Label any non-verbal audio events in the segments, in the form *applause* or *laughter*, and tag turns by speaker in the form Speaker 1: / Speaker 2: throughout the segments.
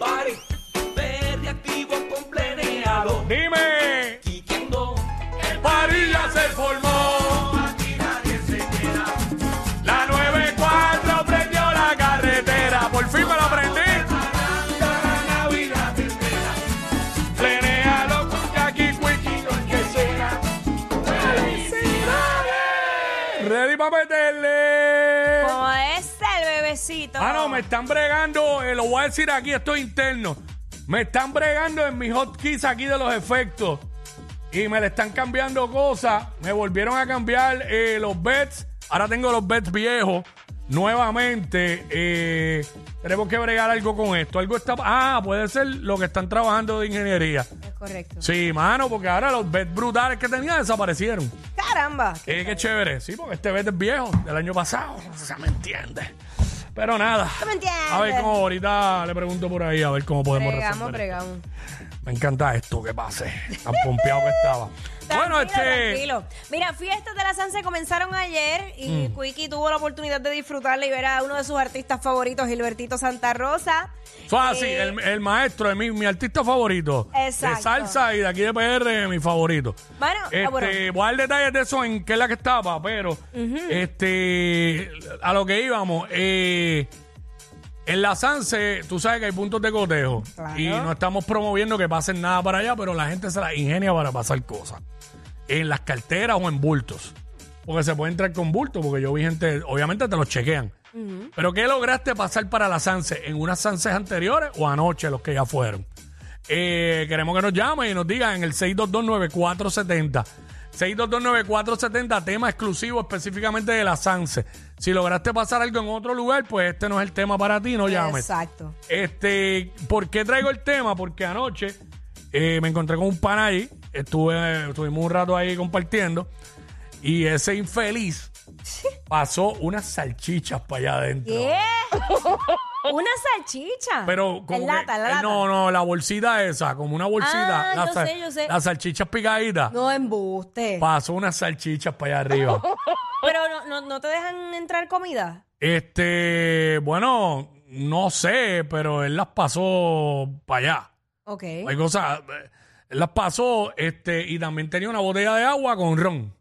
Speaker 1: pare. Verde activo con pleneado.
Speaker 2: Dime.
Speaker 1: Quitando
Speaker 2: El party ya se formó. La 94 prendió la carretera. Por fin me la prendí. Plenéalo con Jackie Quickie, no es que sea. ¡Felicidades! Ready para meterle.
Speaker 3: ¿Cómo es el bebecito?
Speaker 2: Ah, no, me están bregando, eh, lo voy a decir aquí, esto es interno. Me están bregando en mis hotkeys aquí de los efectos. Y me le están cambiando cosas. Me volvieron a cambiar eh, los bets. Ahora tengo los bets viejos. Nuevamente, eh, tenemos que bregar algo con esto. Algo está. Ah, puede ser lo que están trabajando de ingeniería.
Speaker 3: Es correcto.
Speaker 2: Sí, mano, porque ahora los bets brutales que tenía desaparecieron.
Speaker 3: Caramba.
Speaker 2: Eh, qué chévere. Sí, porque este bet es viejo, del año pasado. O sea, me entiende. Pero nada.
Speaker 3: ¿Tú me entiendes?
Speaker 2: A ver cómo ahorita le pregunto por ahí, a ver cómo podemos
Speaker 3: Bregamos,
Speaker 2: resolver.
Speaker 3: bregamos.
Speaker 2: Me encanta esto, que pase. Tan pompeado que estaba. bueno,
Speaker 3: Tranquilo,
Speaker 2: este.
Speaker 3: tranquilo. Mira, fiestas de la Sanse comenzaron ayer y Quiki tuvo la oportunidad de disfrutarla y ver a uno de sus artistas favoritos, Gilbertito Santa Rosa.
Speaker 2: Fácil,
Speaker 3: Eh,
Speaker 2: ah, el, el maestro, mi, mi artista favorito.
Speaker 3: Exacto.
Speaker 2: De salsa y de aquí de PR, mi favorito.
Speaker 3: Bueno, ah,
Speaker 2: este,
Speaker 3: bueno.
Speaker 2: voy a dar detalles de eso en qué es la que estaba, pero este, a lo que íbamos, eh, en la Sanse, tú sabes que hay puntos de cotejo
Speaker 3: Claro.
Speaker 2: y no estamos promoviendo que pasen nada para allá, pero la gente se la ingenia para pasar cosas. En las carteras o en bultos. Porque se puede entrar con bultos, porque yo vi gente, obviamente te los chequean. Pero ¿qué lograste pasar para la Sanse? ¿En unas Sanses anteriores o anoche los que ya fueron? Eh, queremos que nos llamen y nos digan en el 6229470. 6229470, tema exclusivo específicamente de la Sanse. Si lograste pasar algo en otro lugar, pues este no es el tema para ti, no llames.
Speaker 3: Exacto.
Speaker 2: Este, ¿por qué traigo el tema? Porque anoche eh, me encontré con un pan ahí, estuve, estuvimos un rato ahí compartiendo, y ese infeliz pasó unas salchichas para allá adentro.
Speaker 3: ¿Qué? *laughs* Una salchicha.
Speaker 2: Pero como
Speaker 3: En
Speaker 2: que-
Speaker 3: lata, en
Speaker 2: eh,
Speaker 3: lata.
Speaker 2: No, no, la bolsita esa, como una bolsita.
Speaker 3: Ah,
Speaker 2: la
Speaker 3: yo
Speaker 2: sal-
Speaker 3: sé, yo sé.
Speaker 2: Las salchichas picaditas.
Speaker 3: No embuste.
Speaker 2: Pasó unas salchichas para allá
Speaker 3: *laughs*
Speaker 2: arriba.
Speaker 3: Pero no, no, no te dejan entrar comida.
Speaker 2: este, bueno, no sé, pero él las pasó para allá.
Speaker 3: Ok.
Speaker 2: Hay cosas, eh, él las pasó, este, y también tenía una botella de agua con ron.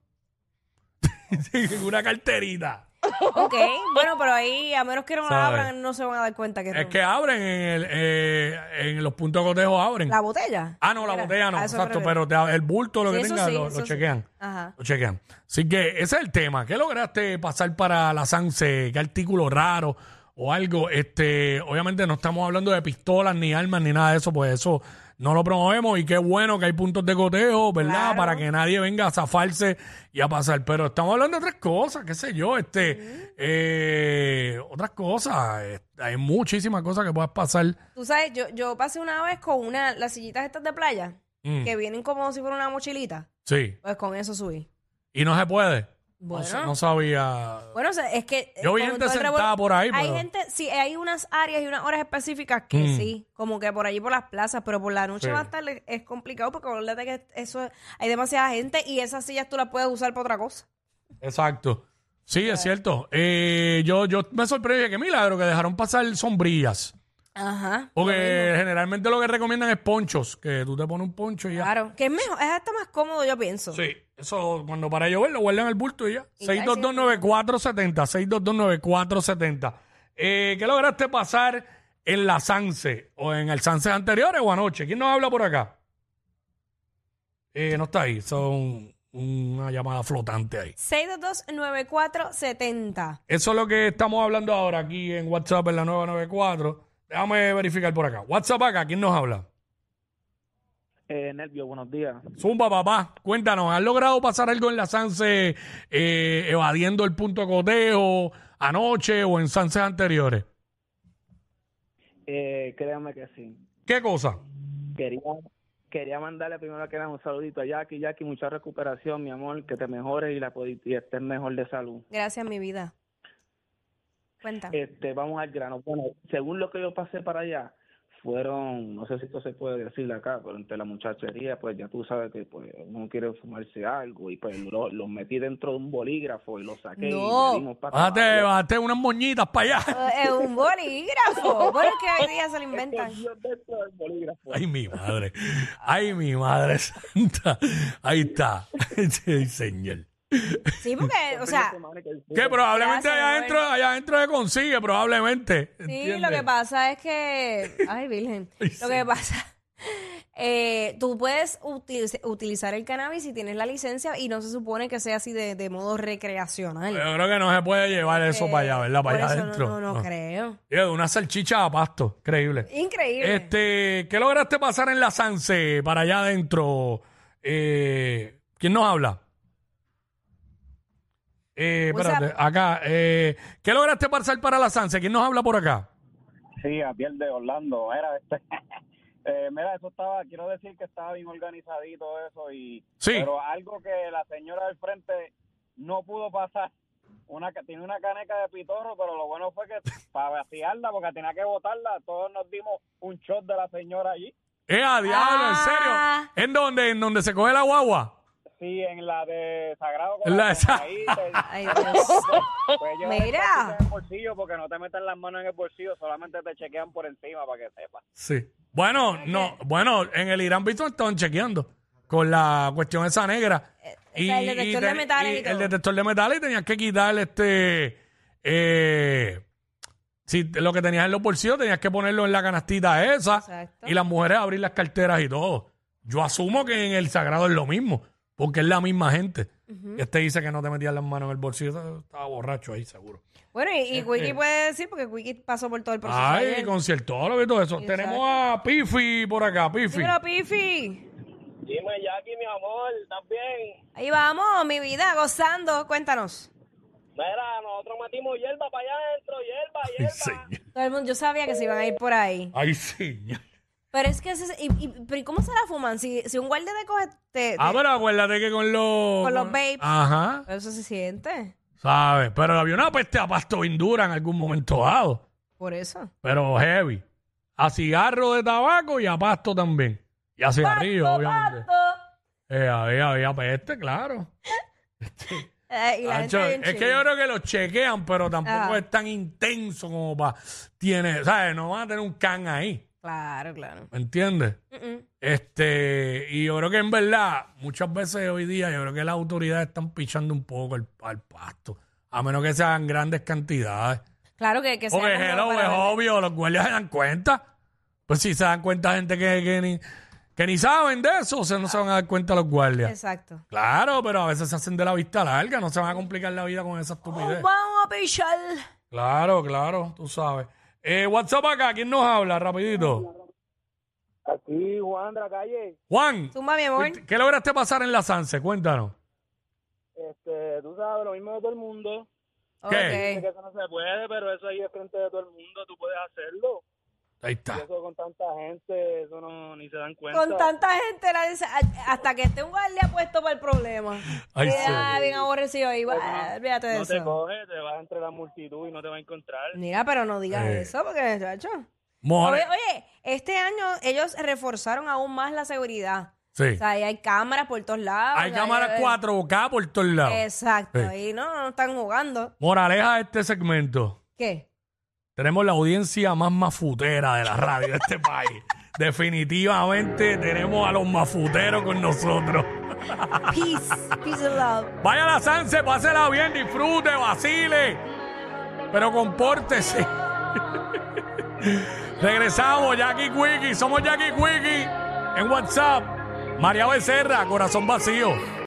Speaker 2: *laughs* En una carterita.
Speaker 3: Ok. Bueno, pero ahí, a menos que no la
Speaker 2: Sabe.
Speaker 3: abran, no se van a dar cuenta que
Speaker 2: Es que abren en, el, eh, en los puntos de cotejo, abren.
Speaker 3: ¿La botella?
Speaker 2: ah, no, la
Speaker 3: Era.
Speaker 2: botella no,
Speaker 3: A eso
Speaker 2: exacto,
Speaker 3: me refiero.
Speaker 2: pero te- el bulto, lo
Speaker 3: Sí,
Speaker 2: que
Speaker 3: eso
Speaker 2: tenga,
Speaker 3: sí,
Speaker 2: lo-
Speaker 3: eso
Speaker 2: lo
Speaker 3: sí.
Speaker 2: chequean.
Speaker 3: Ajá.
Speaker 2: Lo chequean. Así que ese es el tema. ¿Qué lograste pasar para la Sanse? ¿Qué artículo raro o algo? Este, obviamente no estamos hablando de pistolas, ni armas, ni nada de eso, pues eso no lo promovemos. Y qué bueno que hay puntos de coteo, ¿verdad?
Speaker 3: Claro.
Speaker 2: Para que nadie venga a zafarse y a pasar. Pero estamos hablando de otras cosas, qué sé yo, este, eh, otras cosas. Eh, Hay muchísimas cosas que puedas pasar.
Speaker 3: Tú sabes, yo, yo pasé una vez con una, las sillitas estas de playa,
Speaker 2: Mm,
Speaker 3: que vienen como si fuera una mochilita.
Speaker 2: sí.
Speaker 3: Pues con eso subí.
Speaker 2: Y no se puede. No
Speaker 3: Bueno.
Speaker 2: sa- no, sabía.
Speaker 3: Bueno, o sea, es que... eh,
Speaker 2: Yo vi
Speaker 3: con
Speaker 2: gente
Speaker 3: todo el revol-
Speaker 2: sentada por ahí,
Speaker 3: Hay
Speaker 2: pero-
Speaker 3: gente, sí, hay unas áreas y unas horas específicas que
Speaker 2: Mm.
Speaker 3: sí, como que por allí por las plazas, pero por la noche
Speaker 2: Sí.
Speaker 3: más tarde es complicado porque acuérdate que eso es- hay demasiada gente y esas sillas tú las puedes usar para otra cosa.
Speaker 2: Exacto. Sí, es cierto. Eh, yo, yo me sorprendí que milagro que dejaron pasar sombrillas.
Speaker 3: Ajá.
Speaker 2: Oh, Porque generalmente lo que recomiendan es ponchos, que tú te pones un poncho y ya.
Speaker 3: Claro, que es mejor, es hasta más cómodo, yo pienso.
Speaker 2: Sí, eso cuando para llover lo guardan en el bulto y ya.
Speaker 3: Y ya,
Speaker 2: 6229470, 6229470. Eh, ¿Qué lograste pasar en la Sanse o en el Sanse anteriores o anoche? ¿Quién nos habla por acá? Eh, no está ahí, son una llamada flotante ahí.
Speaker 3: 6229470.
Speaker 2: Eso es lo que estamos hablando ahora aquí en WhatsApp en la 994. Déjame verificar por acá. WhatsApp acá, ¿quién nos habla?
Speaker 4: Eh, Nervio, buenos días.
Speaker 2: Zumba, papá, cuéntanos, ¿has logrado pasar algo en la Sanse eh, evadiendo el punto de cotejo anoche o en Sanses anteriores?
Speaker 4: Eh, créanme que sí.
Speaker 2: ¿Qué cosa?
Speaker 4: Quería, quería mandarle primero que nada un saludito a Jackie. Jackie, mucha recuperación, mi amor, que te mejores y, la, pod- y estés mejor de salud.
Speaker 3: Gracias, mi vida. Cuenta.
Speaker 4: Este, vamos al grano. Bueno, según lo que yo pasé para allá, fueron, no sé si esto se puede decir acá, pero entre la muchachería, pues ya tú sabes que pues uno quiere fumarse algo y pues lo- los metí dentro de un bolígrafo y los saqué
Speaker 3: No.
Speaker 4: y le dimos para
Speaker 2: Bájate, bájate unas moñitas para allá. *laughs*
Speaker 3: Eh, Es un bolígrafo. Bueno, es que hoy día se lo inventan.
Speaker 4: dentro del bolígrafo.
Speaker 2: Ay, mi madre. Ay, mi madre santa. Ahí está. *laughs* Sí, señor.
Speaker 3: Sí, porque, o sea,
Speaker 2: Que probablemente
Speaker 3: Gracias,
Speaker 2: allá adentro,
Speaker 3: Roberto.
Speaker 2: allá adentro se consigue, probablemente.
Speaker 3: sí,
Speaker 2: ¿Entiendes?
Speaker 3: lo que pasa es que. Ay, Virgen.
Speaker 2: *laughs* Ay,
Speaker 3: Lo que
Speaker 2: señor.
Speaker 3: pasa. *laughs* eh, tú puedes util- utilizar el cannabis si tienes la licencia y no se supone que sea así de, de modo recreacional.
Speaker 2: Yo creo que no se puede llevar eso
Speaker 3: Eh,
Speaker 2: para allá, ¿verdad? Para
Speaker 3: por
Speaker 2: allá
Speaker 3: eso no-
Speaker 2: adentro. Ah.
Speaker 3: No, no,
Speaker 2: No.
Speaker 3: creo.
Speaker 2: Oye, de Una salchicha a pasto, increíble.
Speaker 3: Increíble.
Speaker 2: Este, ¿qué lograste pasar en la Sanse para allá adentro? Eh, ¿Quién nos habla? Eh,
Speaker 3: What's
Speaker 2: espérate,
Speaker 3: up?
Speaker 2: acá. eh, ¿Qué lograste pasar para la Sanse? ¿Quién nos habla por acá?
Speaker 5: Sí, a piel de Orlando. Mira, este, *laughs* eh, mira, eso estaba, quiero decir que estaba bien organizadito eso y...
Speaker 2: Sí.
Speaker 5: Pero algo que la señora del frente no pudo pasar. Una, ca- tiene una caneca de pitorro, pero lo bueno fue que para vaciarla, porque tenía que botarla, todos nos dimos un shot de la señora allí.
Speaker 2: ¡Eh, a diablo!
Speaker 3: Ah.
Speaker 2: ¿En serio? ¿En dónde? ¿En donde se coge la guagua?
Speaker 5: Sí, en la de Sagrado
Speaker 2: En
Speaker 5: con
Speaker 2: la de
Speaker 5: la
Speaker 2: Sa-
Speaker 3: Ay, Dios.
Speaker 5: *laughs*
Speaker 3: Mira.
Speaker 5: Mira. En el bolsillo, porque no te meten las manos en el bolsillo, solamente te chequean por encima para que sepas.
Speaker 2: Sí. Bueno, no, bueno, en el Irán visto estaban chequeando con la cuestión esa negra.
Speaker 3: Eh, o sea, el detector de metales y
Speaker 2: el
Speaker 3: todo.
Speaker 2: detector de metales y tenías que quitar este eh, si te- lo que tenías en los bolsillos tenías que ponerlo en la canastita esa
Speaker 3: Exacto.
Speaker 2: y las mujeres abrir las carteras y todo. Yo asumo que en el sagrado es lo mismo, porque es la misma gente. Este dice que no te metías las manos en el bolsillo, estaba borracho ahí seguro.
Speaker 3: Bueno, y, y Wiki puede decir, porque Wiki pasó por todo el proceso.
Speaker 2: Este- Ay,
Speaker 3: ayer.
Speaker 2: conciertólogo y todo eso.
Speaker 3: Exacto.
Speaker 2: Tenemos a Pifi por acá, Pifi.
Speaker 3: Dímelo, Pifi.
Speaker 5: Dime, Jackie, mi amor, ¿estás bien?
Speaker 3: Ahí vamos, mi vida, gozando. Cuéntanos.
Speaker 5: Mira, nosotros metimos hierba para allá adentro, hierba,
Speaker 2: Ay,
Speaker 5: hierba.
Speaker 2: señor.
Speaker 3: Todo el mundo, yo sabía que se iban a ir por ahí.
Speaker 2: Ay, señor.
Speaker 3: Pero es que, ese es- y, y- pero ¿y ¿cómo se la fuman? Si, si un guardia te coge, te, te-
Speaker 2: Ah, pero acuérdate que con los...
Speaker 3: Eh, Con los vapes.
Speaker 2: Ajá.
Speaker 3: pero eso se siente.
Speaker 2: ¿Sabes? Pero había una peste a pasto bien dura en algún momento dado.
Speaker 3: Por eso.
Speaker 2: Pero heavy. A cigarro de tabaco y a pasto también. Y a cigarrillo, obviamente. Eh, había, había peste, claro.
Speaker 3: Eh, y la
Speaker 2: Hacho,
Speaker 3: gente bien
Speaker 2: es que
Speaker 3: chile.
Speaker 2: yo creo que los chequean, pero tampoco
Speaker 3: Ah.
Speaker 2: es tan intenso como para... Tiene, ¿sabes? No van a tener un can ahí.
Speaker 3: Claro, claro.
Speaker 2: ¿Me entiendes?
Speaker 3: Mm-mm.
Speaker 2: Este, y yo creo que en verdad, muchas veces hoy día, yo creo que las autoridades están pichando un poco al, al pasto, a menos que sean grandes cantidades.
Speaker 3: Claro que, que sea
Speaker 2: Porque
Speaker 3: como
Speaker 2: hello,
Speaker 3: para
Speaker 2: es
Speaker 3: vender.
Speaker 2: obvio, los guardias se dan cuenta. Pues si se dan cuenta gente que, que ni, que ni saben de eso, o sea, no se van a dar cuenta los guardias.
Speaker 3: Exacto.
Speaker 2: Claro, pero a veces se hacen de la vista larga, no se van a complicar la vida con esa estupidez.
Speaker 3: Vamos a pichar.
Speaker 2: Claro, claro, tú sabes. Eh, WhatsApp acá, ¿quién nos habla? Rapidito.
Speaker 5: Aquí, Juan de la calle,
Speaker 2: Juan,
Speaker 3: Tumba, mi amor.
Speaker 2: ¿qué lograste pasar en la Sanse? Cuéntanos.
Speaker 5: este, tú sabes, lo mismo de todo el mundo. Dice
Speaker 3: Ok.
Speaker 5: que eso no se puede, pero eso ahí es frente de todo el mundo, tú puedes hacerlo.
Speaker 2: Ahí
Speaker 5: Y
Speaker 2: está.
Speaker 5: eso con tanta gente, eso no, ni se dan cuenta.
Speaker 3: Con tanta gente, la dice, "Ah, hasta que esté un guardia puesto para el problema.
Speaker 2: Ay,
Speaker 3: Ah,
Speaker 2: sí.
Speaker 3: bien aborrecido. Y, bah, olvídate de
Speaker 5: No te
Speaker 3: eso.
Speaker 5: coges, te vas entre la multitud y no te va a encontrar.
Speaker 3: Mira, pero no digas
Speaker 2: Eh.
Speaker 3: eso, porque, chacho.
Speaker 2: More-
Speaker 3: Oye, oye, este año ellos reforzaron aún más la seguridad. O
Speaker 2: Sí.
Speaker 3: sea, ahí hay cámaras por todos lados.
Speaker 2: Hay
Speaker 3: o sea,
Speaker 2: cámaras
Speaker 3: eh,
Speaker 2: 4K por todos lados.
Speaker 3: Exacto,
Speaker 2: Sí.
Speaker 3: ahí no, no están jugando.
Speaker 2: Moraleja de este segmento.
Speaker 3: ¿Qué?
Speaker 2: Tenemos la audiencia más mafutera de la radio de este
Speaker 3: *laughs*
Speaker 2: país. Definitivamente tenemos a los mafuteros con nosotros.
Speaker 3: Peace, peace and love.
Speaker 2: Vaya a la Sanse, pásela bien, disfrute, vacile. Pero compórtese. *laughs* Regresamos, Jackie Quickie. Somos Jackie Quickie en WhatsApp. María Becerra, corazón vacío.